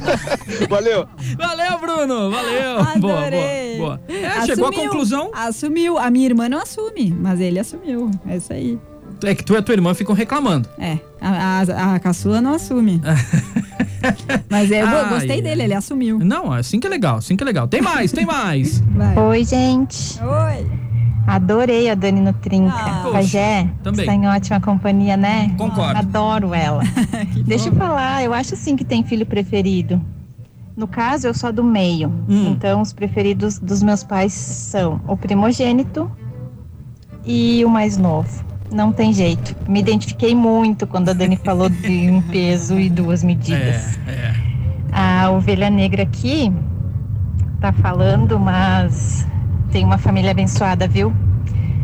Valeu. Valeu, Bruno. Valeu. Adorei. Boa, boa, boa. É, chegou à Assumiu. conclusão. Assumiu. A minha irmã não assume, mas ele assumiu. É isso aí. É que tu e a tua irmã ficam reclamando. É, a, a, a caçula não assume. Mas é, eu Ai, gostei ai. dele, ele assumiu. Não, assim que é legal, assim que é legal. Tem mais, tem mais. Vai. Oi, gente. Oi. Adorei a Dani no Trinca. Ah, poxa, Pajé, também. está em ótima companhia, né? Concordo. Adoro ela. Deixa eu falar, eu acho sim que tem filho preferido. No caso, eu sou a do meio. Hum. Então, os preferidos dos meus pais são o primogênito e o mais novo. Não tem jeito. Me identifiquei muito quando a Dani falou de um peso e duas medidas. É, é. A ovelha negra aqui tá falando, mas tem uma família abençoada, viu?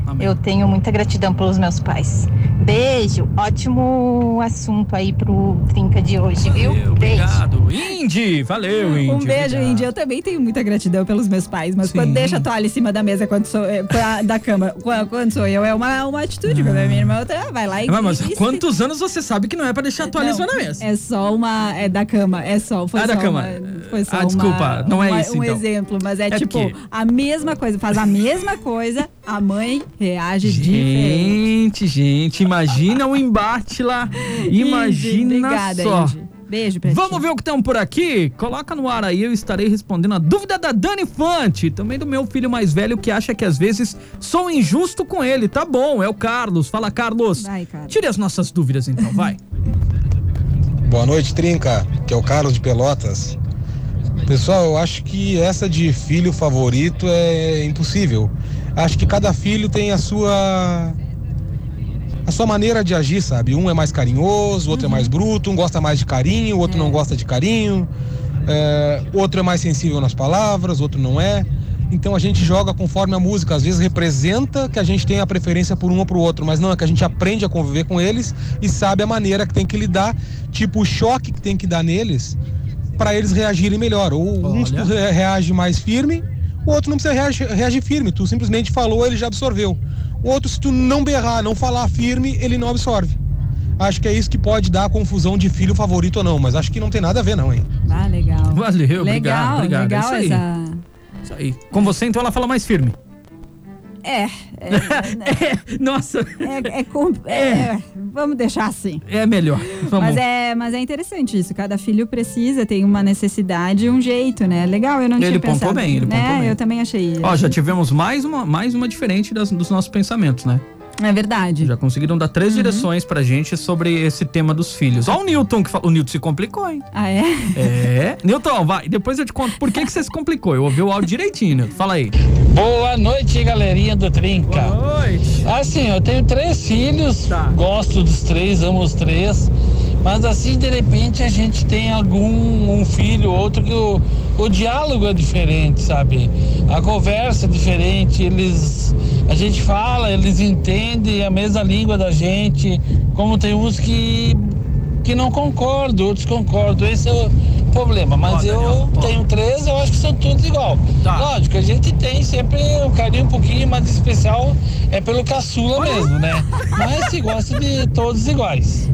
Amém. Eu tenho muita gratidão pelos meus pais. Beijo, ótimo assunto aí pro Trinca de hoje, viu? Valeu, Beijo. Obrigado. Indy, valeu, Indy. Um beijo, obrigado. Indy. Eu também tenho muita gratidão pelos meus pais, mas Sim. quando deixa a toalha em cima da mesa quando sou, eh, pra- da cama, quando, quando sou eu, é uma, uma atitude. Quando é minha irmã, outra, vai lá e. Ah. Mas, mas e- quantos anos você sabe que não é pra deixar a toalha em Não, cima da mesa? É só uma. É da cama. É só. Foi Ah, só da cama. uma- foi só Ah, desculpa, uma- não é uma- isso, Um então. exemplo, mas é, É tipo porque- a mesma coisa. Faz a mesma coisa, a mãe reage diferente. Gente, gente, imagina o embate lá. Imagina Indy, obrigada, só. Indy. Beijo pra ti. Vamos ver o que estão por aqui? Coloca no ar aí, eu estarei respondendo a dúvida da Dani Fante, também do meu filho mais velho que acha que às vezes sou injusto com ele. Tá bom, é o Carlos. Fala, Carlos. Vai, Carlos. Tire as nossas dúvidas então, vai. Boa noite, Trinca, que é o Carlos de Pelotas. Pessoal, eu acho que essa de filho favorito é impossível. Acho que cada filho tem a sua a sua maneira de agir, sabe? Um é mais carinhoso, o outro é mais bruto, um gosta mais de carinho, o outro não gosta de carinho, é, outro é mais sensível nas palavras, outro não é. Então a gente joga conforme a música, às vezes representa que a gente tem a preferência por um ou pro outro, mas não, é que a gente aprende a conviver com eles e sabe a maneira que tem que lidar, tipo o choque que tem que dar neles para eles reagirem melhor. Ou uns Olha. re- reage mais firme, O outro não precisa reagir, reagir firme, tu simplesmente falou, ele já absorveu. O outro, se tu não berrar, não falar firme, ele não absorve. Acho que é isso que pode dar a confusão de filho favorito ou não, mas acho que não tem nada a ver, não, hein? Ah, legal. legal, Valeu, obrigado, obrigado. Legal é isso aí. essa. Isso aí. Com você, então, ela fala mais firme. É, Nossa, é, é, com- é, Vamos deixar assim. é melhor. Vamos. Mas é, mas é interessante isso. Cada filho precisa, tem uma necessidade e um jeito, né? Legal, eu não Ele tinha pontuou pensado. bem, ele né? pontuou bem. Eu também achei. Ó, já tivemos mais uma, mais uma diferente das- dos nossos pensamentos, né? É verdade. Já conseguiram dar Uhum. três direções pra gente sobre esse tema dos filhos. Ó, o Newton que falou. O Newton se complicou, hein? Ah, é? É. Newton, vai. Depois eu te conto por que, que você se complicou. Eu ouvi o áudio direitinho, Newton. Fala aí. Boa noite, galerinha do Trinca. noite. Assim, eu tenho três filhos, gosto dos três, amo os três. Mas assim, de repente, a gente tem algum um filho, outro, que o, o diálogo é diferente, sabe? A conversa é diferente, eles. A gente fala, eles entendem a mesma língua da gente. Como tem uns que, que não concordam, outros concordam. Esse é o problema. Mas eu tenho três, eu acho que são todos igual. Tá. Lógico, a gente tem sempre um carinho um pouquinho mais especial, é pelo caçula mesmo, né? Mas se gosta de todos iguais.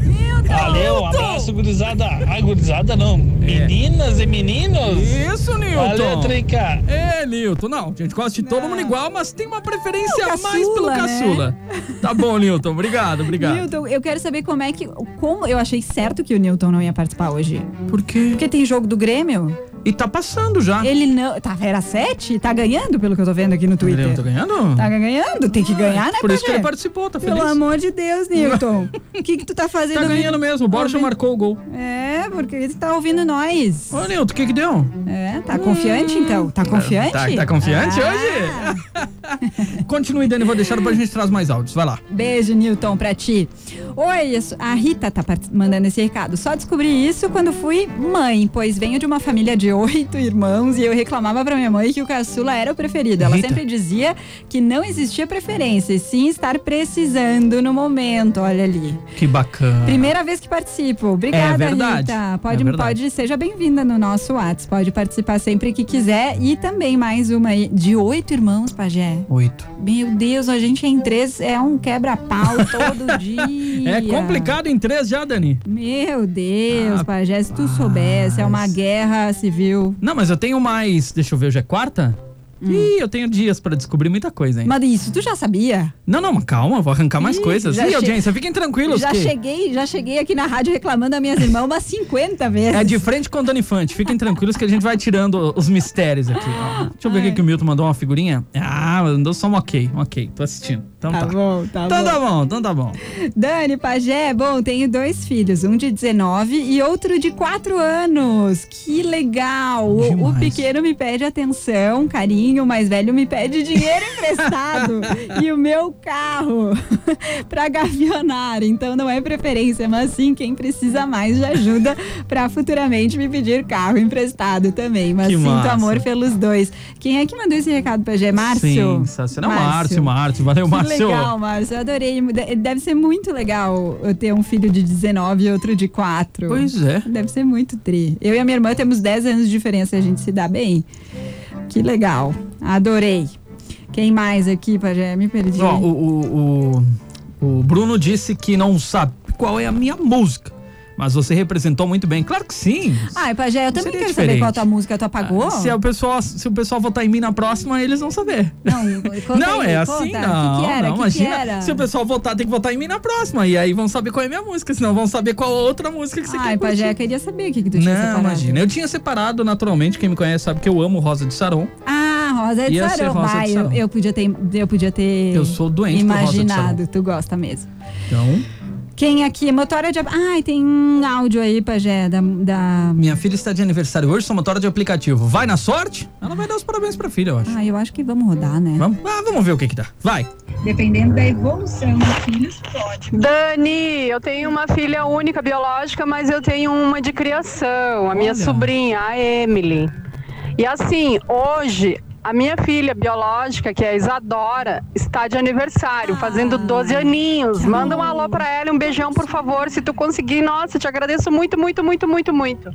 Valeu, um abraço, gurizada. Ai, gurizada não. Meninas e meninos. Isso, Newton. Valeu, Trinca. É, Nilton, não. A gente gosta de todo mundo igual, mas tem uma preferência É, o a mais pelo caçula, né? caçula. Tá bom, Nilton. Obrigado, obrigado. Newton, eu quero saber como é que. Como eu achei certo que o Newton não ia participar hoje. Por quê? Porque tem jogo do Grêmio. E tá passando já. Ele não. Tá, era sete? Tá ganhando, pelo que eu tô vendo aqui no Twitter. Newton ganhando? Tá ganhando, tem que ganhar, né, Por isso que Pajé? ele participou, tá Pelo feliz? amor de Deus, Newton. O que, que tu tá fazendo? Tá ganhando mesmo, o Borja ouvindo- marcou o gol. É, porque ele tá ouvindo nós. Ô, Nilton, o que que deu? É, tá confiante então? Tá confiante? Tá, tá confiante Ah. hoje? Continue, Dani, vou deixar pra gente trazer mais áudios. Vai lá. Beijo, Newton, pra ti. Oi, eu sou- a Rita tá part- mandando esse recado. Só descobri isso quando fui mãe, pois venho de uma família de oito irmãos e eu reclamava pra minha mãe que o caçula era o preferido. Ela Rita. sempre dizia que não existia preferência, e sim estar precisando no momento. Olha ali. Que bacana. Primeira vez que participo. Obrigada, É verdade. Rita. Pode, É verdade. pode seja bem-vinda no nosso Whats. Pode participar sempre que quiser. E também mais uma aí, de oito irmãos, Pajé. Oito. Meu Deus, a gente é em três, é um quebra-pau todo dia. É complicado Ah, em três já, Dani. Meu Deus, Pajé, se tu soubesse, é uma guerra civil. Não, mas eu tenho mais. Deixa eu ver, hoje é quarta? Ih, eu tenho dias pra descobrir muita coisa, hein? Hum. Mas isso, tu já sabia? Não, não, mas calma, vou arrancar mais Ih, coisas. já Ih, che- audiência, fiquem tranquilos. já que cheguei, já cheguei aqui na rádio reclamando das minhas irmãs umas 50 vezes. É de frente com o Dani Fante. Fiquem tranquilos que a gente vai tirando os mistérios aqui. ó. Deixa eu ver aqui que o Milton mandou uma figurinha. Ah, mandou só um ok, um ok. Tô assistindo. Então tá. Tá bom, tá então bom. tá bom, então tá bom. Dani Pajé, bom, tenho dois filhos, um de 19 e outro de 4 anos. Que legal! O, o pequeno me pede atenção, carinho, o mais velho me pede dinheiro emprestado e o meu carro pra gavionar. Então não é preferência, mas sim quem precisa mais de ajuda pra futuramente me pedir carro emprestado também. Mas Que sinto massa. amor pelos dois. Quem é que mandou esse recado, Pajé? É Márcio? Sensacional. É Márcio, Márcio. Valeu, Márcio. Que legal, Márcio. Eu adorei. De- Deve ser muito legal eu ter um filho de 19 e outro de 4. Pois é. Deve ser muito tri. Eu e a minha irmã temos 10 anos de diferença, a gente se dá bem. Que legal. Adorei. Quem mais aqui, Pajé? Me perdi. Ó, o, o, o, o Bruno disse que não sabe qual é a minha música. Mas você representou muito bem. Claro que sim. Ai, Ah, Pajé, eu também Seria quero diferente. Ah, saber qual a tua música. Tu apagou? Se é o, pessoal, se o pessoal votar em mim na próxima, eles vão saber. Não, conta não aí, é conta. assim, Que que não. era? não, Que que imagina. era? Se o pessoal votar, tem que votar em mim na próxima. E aí vão saber qual é a minha música. Senão vão saber qual a outra música que você Ai, quer. curtir. Pajé, eu queria saber o que, que tu Não, tinha separado. imagina. Eu tinha separado naturalmente. Quem me conhece sabe que eu amo Rosa de Saron. Ah, Rosa de Ia ser Sarão. Rosa de Vai, eu, Sarão. eu podia ter, eu podia ter Eu sou doente por Rosa de imaginado. Tu gosta mesmo. Então, Quem aqui? Motora de. Ai, tem um áudio aí, Pajé, da. da... minha filha está de aniversário hoje, sou motora de aplicativo. Vai na sorte? Ela vai dar os parabéns pra filha, eu acho. Ah, eu acho que vamos rodar, né? Vamos, ah, vamos ver o que que dá. Vai. Dependendo da evolução dos filhos, pode. Dani, eu tenho uma filha única biológica, mas eu tenho uma de criação, a minha Olha. sobrinha, a Emily. E assim, hoje a minha filha biológica, que é a Isadora, está de aniversário, fazendo 12 aninhos. Manda um alô pra ela, e um beijão, por favor, se tu conseguir. Nossa, eu te agradeço muito, muito, muito, muito, muito.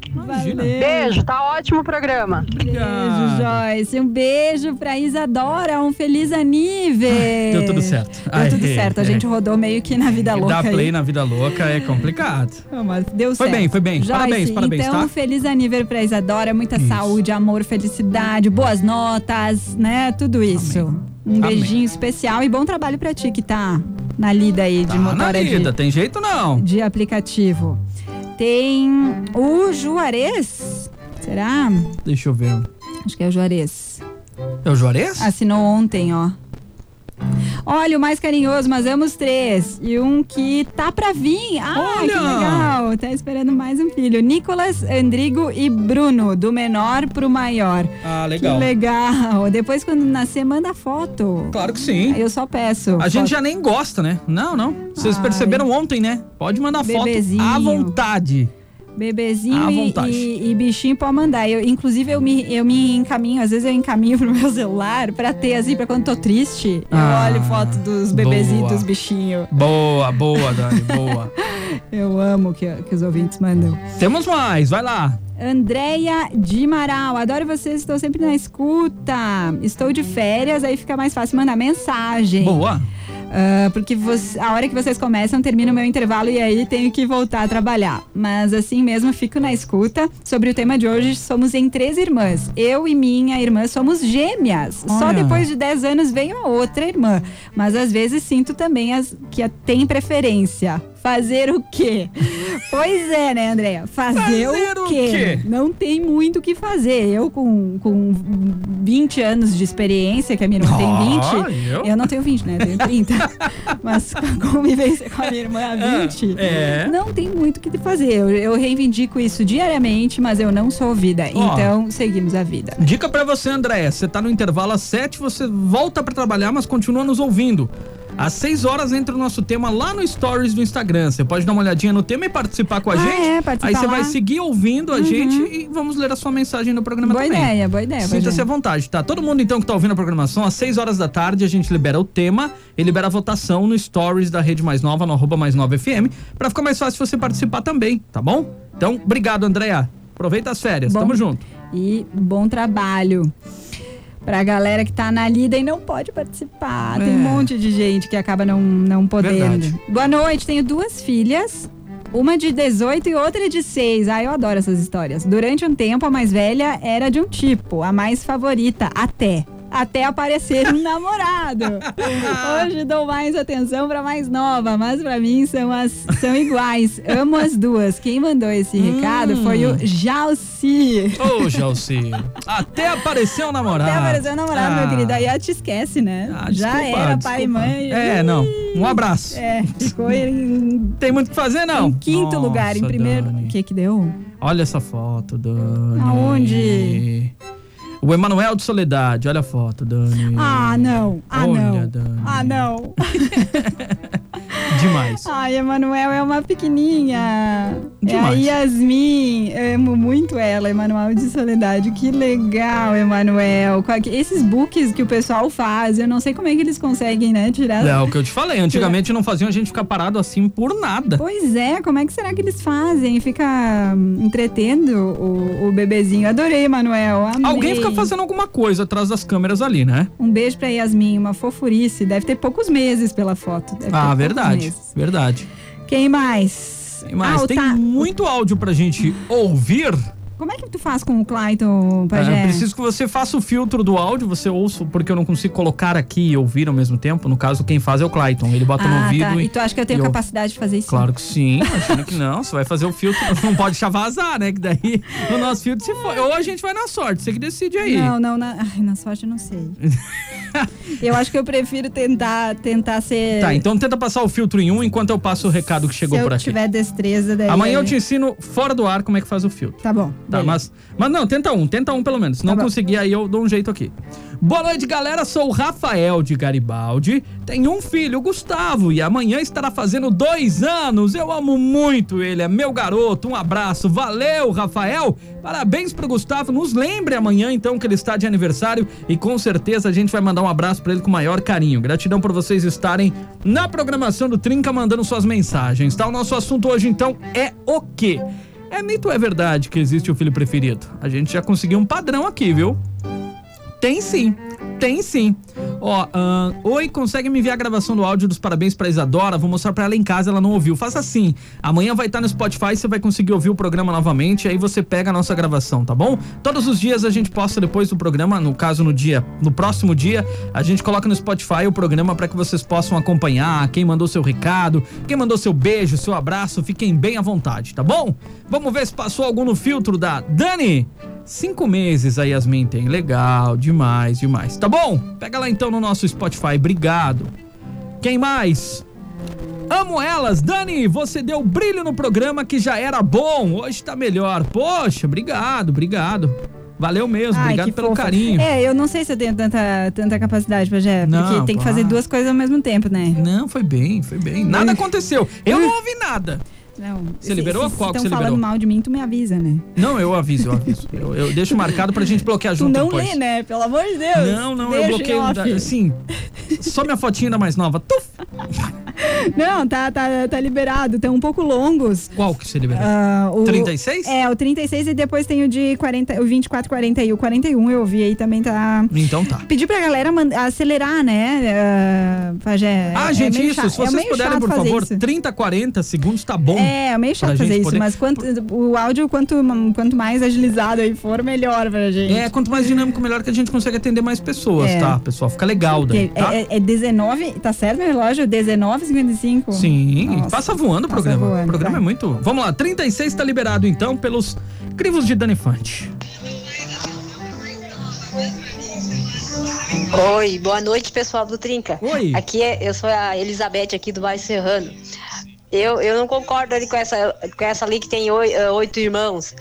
Beijo, tá ótimo o programa. Beijo, joia. Boys. Um beijo pra Isadora, um feliz anive. Deu tudo certo. Deu tudo certo. A gente rodou meio que na vida louca. Dar play aí. na vida louca é complicado. Não, mas deu Foi certo. bem, foi bem. Joyce, Parabéns, parabéns, Então, tá? feliz aniversário pra Isadora, muita saúde, amor, felicidade, boas notas, né? Tudo isso. Um Amém. beijinho especial e bom trabalho pra ti que tá na lida aí de Tá na motora de, vida, tem jeito não. de aplicativo. Tem o Juarez, será? Deixa eu ver. Acho que é o Juarez. É o Juarez? Assinou ontem, ó. Olha, o mais carinhoso, mas amos três. E um que tá pra vir. Ah, Olha! que legal. Tá esperando mais um filho. Nicolas, Andrigo e Bruno, do menor pro maior. Ah, legal. Que legal. Depois, quando nascer, manda foto. Claro que sim. Eu só peço. A gente Foto. já nem gosta, né? Não, não. Vocês perceberam ontem, né? Pode mandar Ah, é. Bebezinho. foto à vontade. Bebezinho À e, vontade. e- e bichinho pode mandar. Eu, inclusive, eu me, eu me encaminho, às vezes eu encaminho pro meu celular pra ter, assim, pra quando tô triste, eu Ah, olho foto dos bebezinhos, boa. dos bichinhos. Boa, boa, Dani, boa. Eu amo que, que os ouvintes mandam. Temos mais, vai lá. Andréia de Maral, adoro vocês, estou sempre na escuta. Estou de férias, aí fica mais fácil mandar mensagem. Boa. Ah, porque você- a hora que vocês começam, termina o meu intervalo e aí tenho que voltar a trabalhar. Mas assim mesmo, fico na escuta. Sobre o tema de hoje, somos em três irmãs. Eu e minha irmã somos gêmeas. Só Olha. depois de 10 anos veio a outra irmã. Mas às vezes sinto também as, que a- tem preferência. Fazer o quê? pois é, né, Andréia? Fazer, Fazer o o, quê? quê? Não tem muito o que fazer. Eu, com, com 20 anos de experiência, que a minha irmã tem 20, Ah, eu? eu não tenho 20, né? Eu tenho 30. Mas com a convivência com a minha irmã há 20, É. não tem muito o que fazer. Eu, eu reivindico isso diariamente, mas eu não sou ouvida. Ó. Então, seguimos a vida. Dica pra você, Andréia. Você tá no intervalo às 7, você volta pra trabalhar, mas continua nos ouvindo. Às 6 horas entra o nosso tema lá no Stories do Instagram. Você pode dar uma olhadinha no tema e participar com a Ah, gente. é, participa Aí você vai lá. Uhum. seguir ouvindo a gente e vamos ler a sua mensagem no programa Boa também. ideia, boa ideia, Sinta-se Bagé. à vontade, tá? Todo mundo então que tá ouvindo a programação, às 6 horas da tarde a gente libera o tema e libera a votação no Stories da Rede Mais Nova, no arroba mais nova FM, pra ficar mais fácil você participar também, tá bom? Então, obrigado, Andréia. Aproveita as férias. Bom. Tamo junto. E bom trabalho. Pra galera que tá na lida e não pode participar. Tem um É. monte de gente que acaba não, não podendo. Verdade. Boa noite, tenho duas filhas. Uma de 18 e outra de 6. Ah, eu adoro essas histórias. Durante um tempo, a mais velha era de um tipo, a mais favorita, até. Até aparecer um namorado. Hoje dou mais atenção pra mais nova, mas pra mim são, as, são iguais. Amo as duas. Quem mandou esse Hum. recado foi o Jalci. Ô, Jalci, até apareceu o namorado. Até apareceu o namorado, Ah, meu querido. Aí ela te esquece, né? ah, Já desculpa, era pai e desculpa. mãe. É, não. Um abraço. É, ficou em Tem muito o que fazer, não. Em quinto Nossa, lugar, em primeiro. Dani. O que que deu? Olha essa foto, Dani. Aonde? O Emanuel de Soledade, olha a foto, Dani. Ah, não. Ah, Olha, não. Dani. Ah, não. Demais. Ai, Emanuel é uma pequenininha. Demais. É a Yasmin. Amo muito ela, Emanuel de Soledade. Que legal, Emanuel. Com aque- Esses books que o pessoal faz, eu não sei como é que eles conseguem, né? Tirar. É o que eu te falei, antigamente não faziam a gente ficar parado assim por nada. Pois é, como é que será que eles fazem? Fica hum, entretendo o, o bebezinho. Adorei, Emanuel. amei. Alguém fica fazendo alguma coisa atrás das câmeras ali, né? Um beijo pra Yasmin, uma fofurice. Deve ter poucos meses pela foto. Deve ter Ah, poucos verdade, meses. verdade. Quem mais? Tem mais, Ah, o tem Ta- muito áudio pra gente ouvir. Como é que tu faz com o Clayton, Pajé? É, preciso que você faça o filtro do áudio, você ouça, porque eu não consigo colocar aqui e ouvir ao mesmo tempo. No caso, quem faz é o Clayton. Ele bota no ah, ouvido tá. e. E tu acha que eu tenho e ouve. capacidade de fazer isso? Claro que sim, imagina que não. Você vai fazer o filtro, não pode deixar vazar, né? Que daí o nosso filtro se for. Ou a gente vai na sorte, você que decide aí. Não, não, na, ai, na sorte eu não sei. eu acho que eu prefiro tentar, tentar ser. Tá, então tenta passar o filtro em um enquanto eu passo o recado que chegou é. se eu por aqui. tiver destreza daí. Amanhã eu aí- te ensino fora do ar como é que faz o filtro. Tá bom. Tá, mas, mas não, tenta um, tenta um pelo menos. Se não conseguir, aí eu dou um jeito aqui. Boa noite, galera. Sou o Rafael de Garibaldi. Tenho um filho, o Gustavo, e amanhã estará fazendo dois anos. Eu amo muito ele, é meu garoto. Um abraço. Valeu, Rafael. Parabéns pro Gustavo. Nos lembre amanhã, então, que ele está de aniversário e com certeza a gente vai mandar um abraço pra ele com o maior carinho. Gratidão por vocês estarem na programação do Trinca mandando suas mensagens, tá? O nosso assunto hoje, então, é o quê? É mito ou é verdade que existe o filho preferido? A gente já conseguiu um padrão aqui, viu? Tem sim. Tem sim. Ó, ahn, oi, consegue me enviar a gravação do áudio dos parabéns pra Isadora? Vou mostrar pra ela em casa, ela não ouviu. Faça assim. Amanhã vai estar no Spotify, você vai conseguir ouvir o programa novamente, aí você pega a nossa gravação, tá bom? Todos os dias a gente posta depois do programa, no caso no dia, no próximo dia, a gente coloca no Spotify o programa pra que vocês possam acompanhar quem mandou seu recado, quem mandou seu beijo, seu abraço, fiquem bem à vontade, tá bom? Vamos ver se passou algum no filtro da Dani. Cinco meses a Yasmin tem. Legal, demais, demais. Tá bom? Pega lá então no nosso Spotify. Obrigado. Quem mais? Amo elas. Dani, você deu brilho no programa que já era bom. Hoje tá melhor. Poxa, obrigado, obrigado. Valeu mesmo. Ai, obrigado que pelo fofa. carinho. É, eu não sei se eu tenho tanta, tanta capacidade, Pajé. Porque Não, tem que claro. fazer duas coisas ao mesmo tempo, né? Não, foi bem, foi bem. Nada aconteceu. Eu não ouvi nada. Não. Você liberou? se Qual que tão você liberou? falando mal de mim, tu me avisa, né? Não, eu aviso, eu aviso. Eu, eu deixo marcado pra gente bloquear Tu junto não depois. lê, né? Pelo amor de Deus. Não, não, Deixa eu bloqueio. em da- off. Assim, só minha fotinha da mais nova. Tuf! Não, tá, tá, tá liberado. Estão um pouco longos. Qual que você liberou? Ah, o- 36? É, o 36 e depois tem o de 40, o 24, 40 e o 41. Eu vi aí também tá. Então tá. Pedir pra galera mand- acelerar, né? ah, Pajé? Ah, É gente, meio isso. chato- Se é vocês meio puderem, chato por fazer favor, isso. 30, 40 segundos tá bom. É, é meio pra chato gente fazer isso, poder- mas quanto, o áudio, quanto, quanto mais agilizado aí for, melhor pra gente. É, quanto mais dinâmico, melhor que a gente consegue atender mais pessoas, É. tá, pessoal? Fica legal daí, Porque tá? é, é, é 19, tá certo meu relógio? 19,55? Sim, Nossa. passa voando o programa. voando, o programa vai. é muito. Vamos lá, 36 tá liberado então pelos crivos de Dani Fante. Oi, boa noite, pessoal do Trinca. Oi. Aqui é, eu sou a Elizabeth aqui do Bairro Serrano. Eu, eu não concordo ali com essa, com essa ali que tem oi- eh, oito irmãos.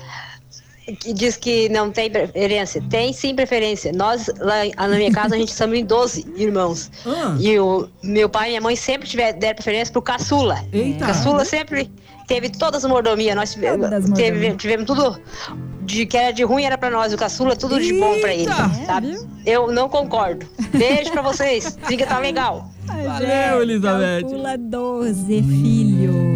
Que diz que não tem preferência. Tem sim preferência. Nós, lá em- na minha casa, a gente somos em 12 irmãos. Ah, E o meu pai e minha mãe sempre tiver, deram preferência pro caçula. Eita. É. Caçula sempre teve todas as mordomias. Nós tive- Uhum. Todas teve- mordomias. tivemos tudo de que era de ruim era pra nós. O caçula, tudo de bom pra ele. Eita. É, sabe? Eu não concordo. Beijo pra vocês. Fica tá legal. Valeu, Elizabeth. Calcula 12 filhos.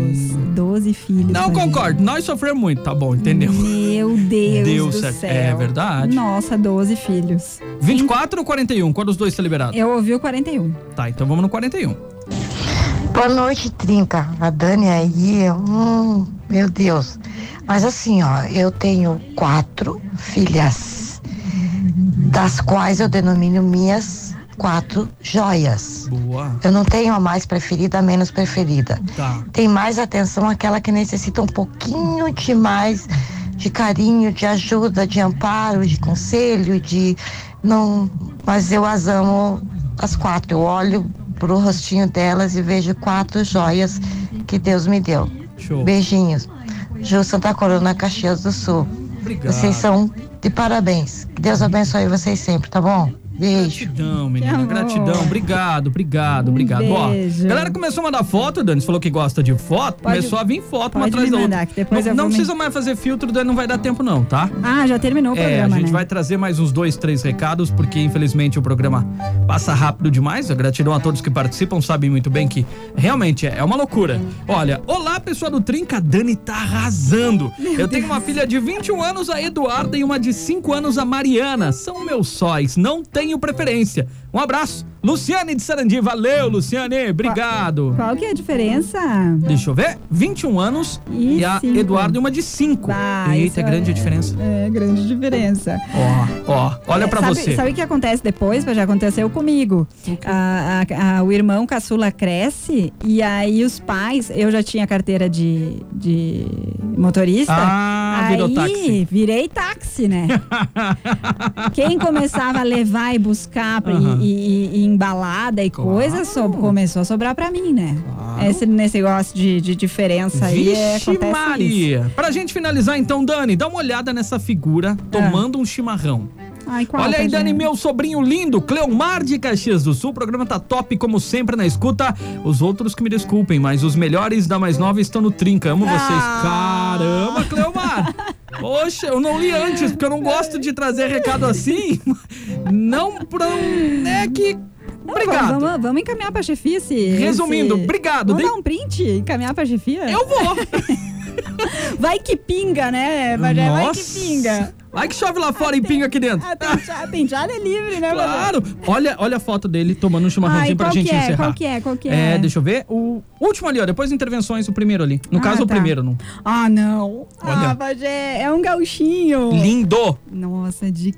12 filhos. Não pra concordo, nós sofremos muito, tá bom, entendeu? Hum. Meu Deus Deu do certo. céu. É verdade. Nossa, 12 filhos. 24 ou 41? Qual dos dois tá liberado? Eu ouvi o 41. Tá, então vamos no 41. Boa noite, Trinca. A Dani aí, hum, meu Deus. Mas assim, ó, eu tenho quatro filhas, das quais eu denomino minhas quatro joias. Boa. Eu não tenho a mais preferida, a menos preferida. Tá. Tem mais atenção aquela que necessita um pouquinho de mais de carinho, de ajuda, de amparo, de conselho, de não, mas eu as amo as quatro. Eu olho pro rostinho delas e vejo quatro joias que Deus me deu. Show. Beijinhos. Ju Santa Corona, Caxias do Sul. Obrigado. Vocês são de parabéns. Que Deus abençoe vocês sempre, tá bom? Beijo. Gratidão, menina. amor. Gratidão. Obrigado, Um obrigado, obrigado. Ó, beijo. galera começou a mandar foto, Dani. Você falou que gosta de foto. Pode- começou a vir foto uma pode atrás me da outra. mandar, que depois não eu não vou me- precisa mais fazer filtro, Dani. Não vai dar tempo, não, tá? Ah, já terminou o É, a programa, gente né? vai trazer mais uns dois, três recados, porque infelizmente o programa passa rápido demais. A gratidão a todos que participam, sabem muito bem que realmente é, é uma loucura. Olha, olá pessoal do Trinca, a Dani tá arrasando. Eu tenho uma filha de 21 anos, a Eduarda, e uma de 5 anos, a Mariana. São meus sóis, não tenho preferência. Um abraço, Luciane de Sarandi. Valeu, Luciane, obrigado. Qual que é a diferença? Deixa eu ver, 21 anos e, a cinco. Eduarda e uma de 5. Eita, grande a diferença. É, grande diferença. Ó, ó, olha pra sabe, você. Sabe o que acontece depois? Já aconteceu comigo. A- a- a- o irmão caçula cresce e aí os pais. Eu já tinha carteira de, de motorista. Ah, aí virou táxi. virei táxi, né? Quem começava a levar e buscar pra- e- Aham. e, e- e embalada e coisa so- começou a sobrar pra mim, né? Esse nesse negócio de, de diferença aí é, Vixe acontece isso. Maria! Pra gente finalizar então, Dani, dá uma olhada nessa figura tomando um chimarrão. Ai, qual, é? Olha aí, Pajé? Dani, meu sobrinho lindo, Cleomar de Caxias do Sul. O programa tá top, como sempre, na escuta. Os outros que me desculpem, mas os melhores da mais nova estão no Trinca. Amo vocês. Ah. Caramba, Cleomar! Poxa, eu não li antes, porque eu não gosto de trazer recado assim. Não pra um. É que. Não, Obrigado. Vamos, vamos- vamos encaminhar pra chefia esse. Resumindo, esse- obrigado, Vamos dei- dar um print e encaminhar pra chefia? Eu vou! Vai que pinga, né, Bagé? Vai que pinga. Ah, Vai que chove lá fora e pinga aqui dentro. A penteada, a penteada é livre, né, Bagé? Claro! Olha, olha a foto dele tomando um Ai, chimarrãozinho pra qual gente que é? encerrar. Qual que é? Qual que é? É, deixa eu ver. O último ali, ó. Depois intervenções, o primeiro ali. No Ah, caso, o tá. primeiro. Não. Ah, não. Olha. Ah, Bagé, é um gauchinho. Lindo! Nossa, de...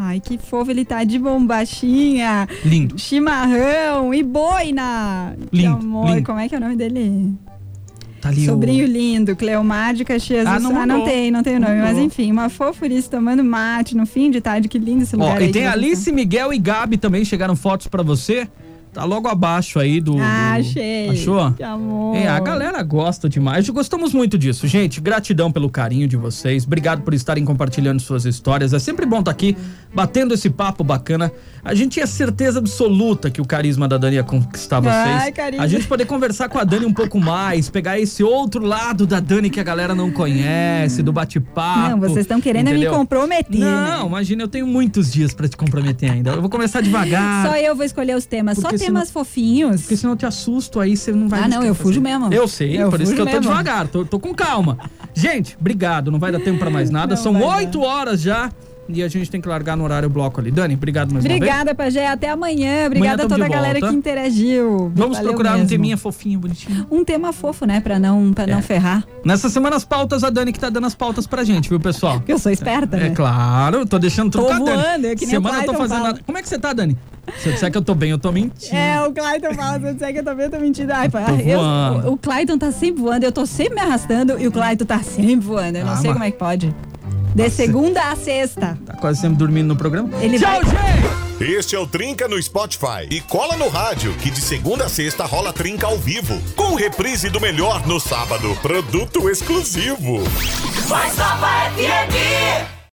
Ai, que fofo, ele tá de bombachinha. Lindo. Chimarrão e boina. Que Lindo, amor, lindo. como é que é o nome dele? Tá ali o- Sobrinho lindo, Cleomar de Caxias. Ah, do não Sul. mudou. tem, não tem o Não nome. Mas mudou. enfim, uma fofurice tomando mate no fim de tarde. Que lindo esse lugar Ó, aí e que tem vocês Alice, Miguel e Gabi também chegaram fotos pra você. Tá logo abaixo aí do. estão. Ah, do- achei. Uhum. Achou? Que amor. É, a galera gosta demais. Gostamos muito disso, gente. Gratidão pelo carinho de vocês. Obrigado por estarem compartilhando suas histórias. É sempre bom estar aqui batendo esse papo bacana. A gente tinha certeza absoluta que o carisma da Dani ia conquistar vocês. Ai, carisma. A gente poder conversar com a Dani um pouco mais, pegar esse outro lado da Dani que a galera não conhece, do bate-papo. Não, vocês tá estão querendo entendeu? me comprometer. né? Não, imagina, eu tenho muitos dias pra te comprometer ainda. Eu vou começar devagar. Só eu vou escolher os temas, ah. Porque só senão- temas fofinhos. Porque senão eu te assusto, aí você não vai Ah, mais não, querer eu fujo mesmo. Eu sei, por isso fujo que eu tô mesmo. devagar, tô, tô com calma. Gente, obrigado, não vai dar tempo pra mais nada. Não São vai oito horas já e a gente tem que largar no horário bloco ali. Dani, obrigado mais uma vez. Obrigada, Pajé. Até amanhã. Obrigada a tamo toda a de galera volta. que interagiu. Vamos Valeu procurar um mesmo. teminha É. fofinho, bonitinho. Um tema fofo, né? Pra não, pra não ferrar. Nessa semana as pautas, a Dani que tá dando as pautas pra gente, viu, pessoal? Eu sou esperta, né? É claro, tô deixando Tô tudo com a voando, Dani. é que nem o semana eu tô Clayton fazendo fala. nada. Como é que você tá, Dani? Se eu disser que eu tô bem, eu tô mentindo. É, o Clayton fala, se eu disser que eu também tô mentindo. Ai, pai, eu- voando. o, o Clayton tá sempre voando, eu tô sempre me arrastando e o Clayton tá sempre voando. Eu não Ah, sei mas- como é que pode. De segunda a sexta. Tá quase sempre dormindo no programa. Ele vai... Este é o Trinca no Spotify. E cola no rádio, que de segunda a sexta rola Trinca ao vivo. Com reprise do melhor no sábado. Produto exclusivo. Vai Sapa FM!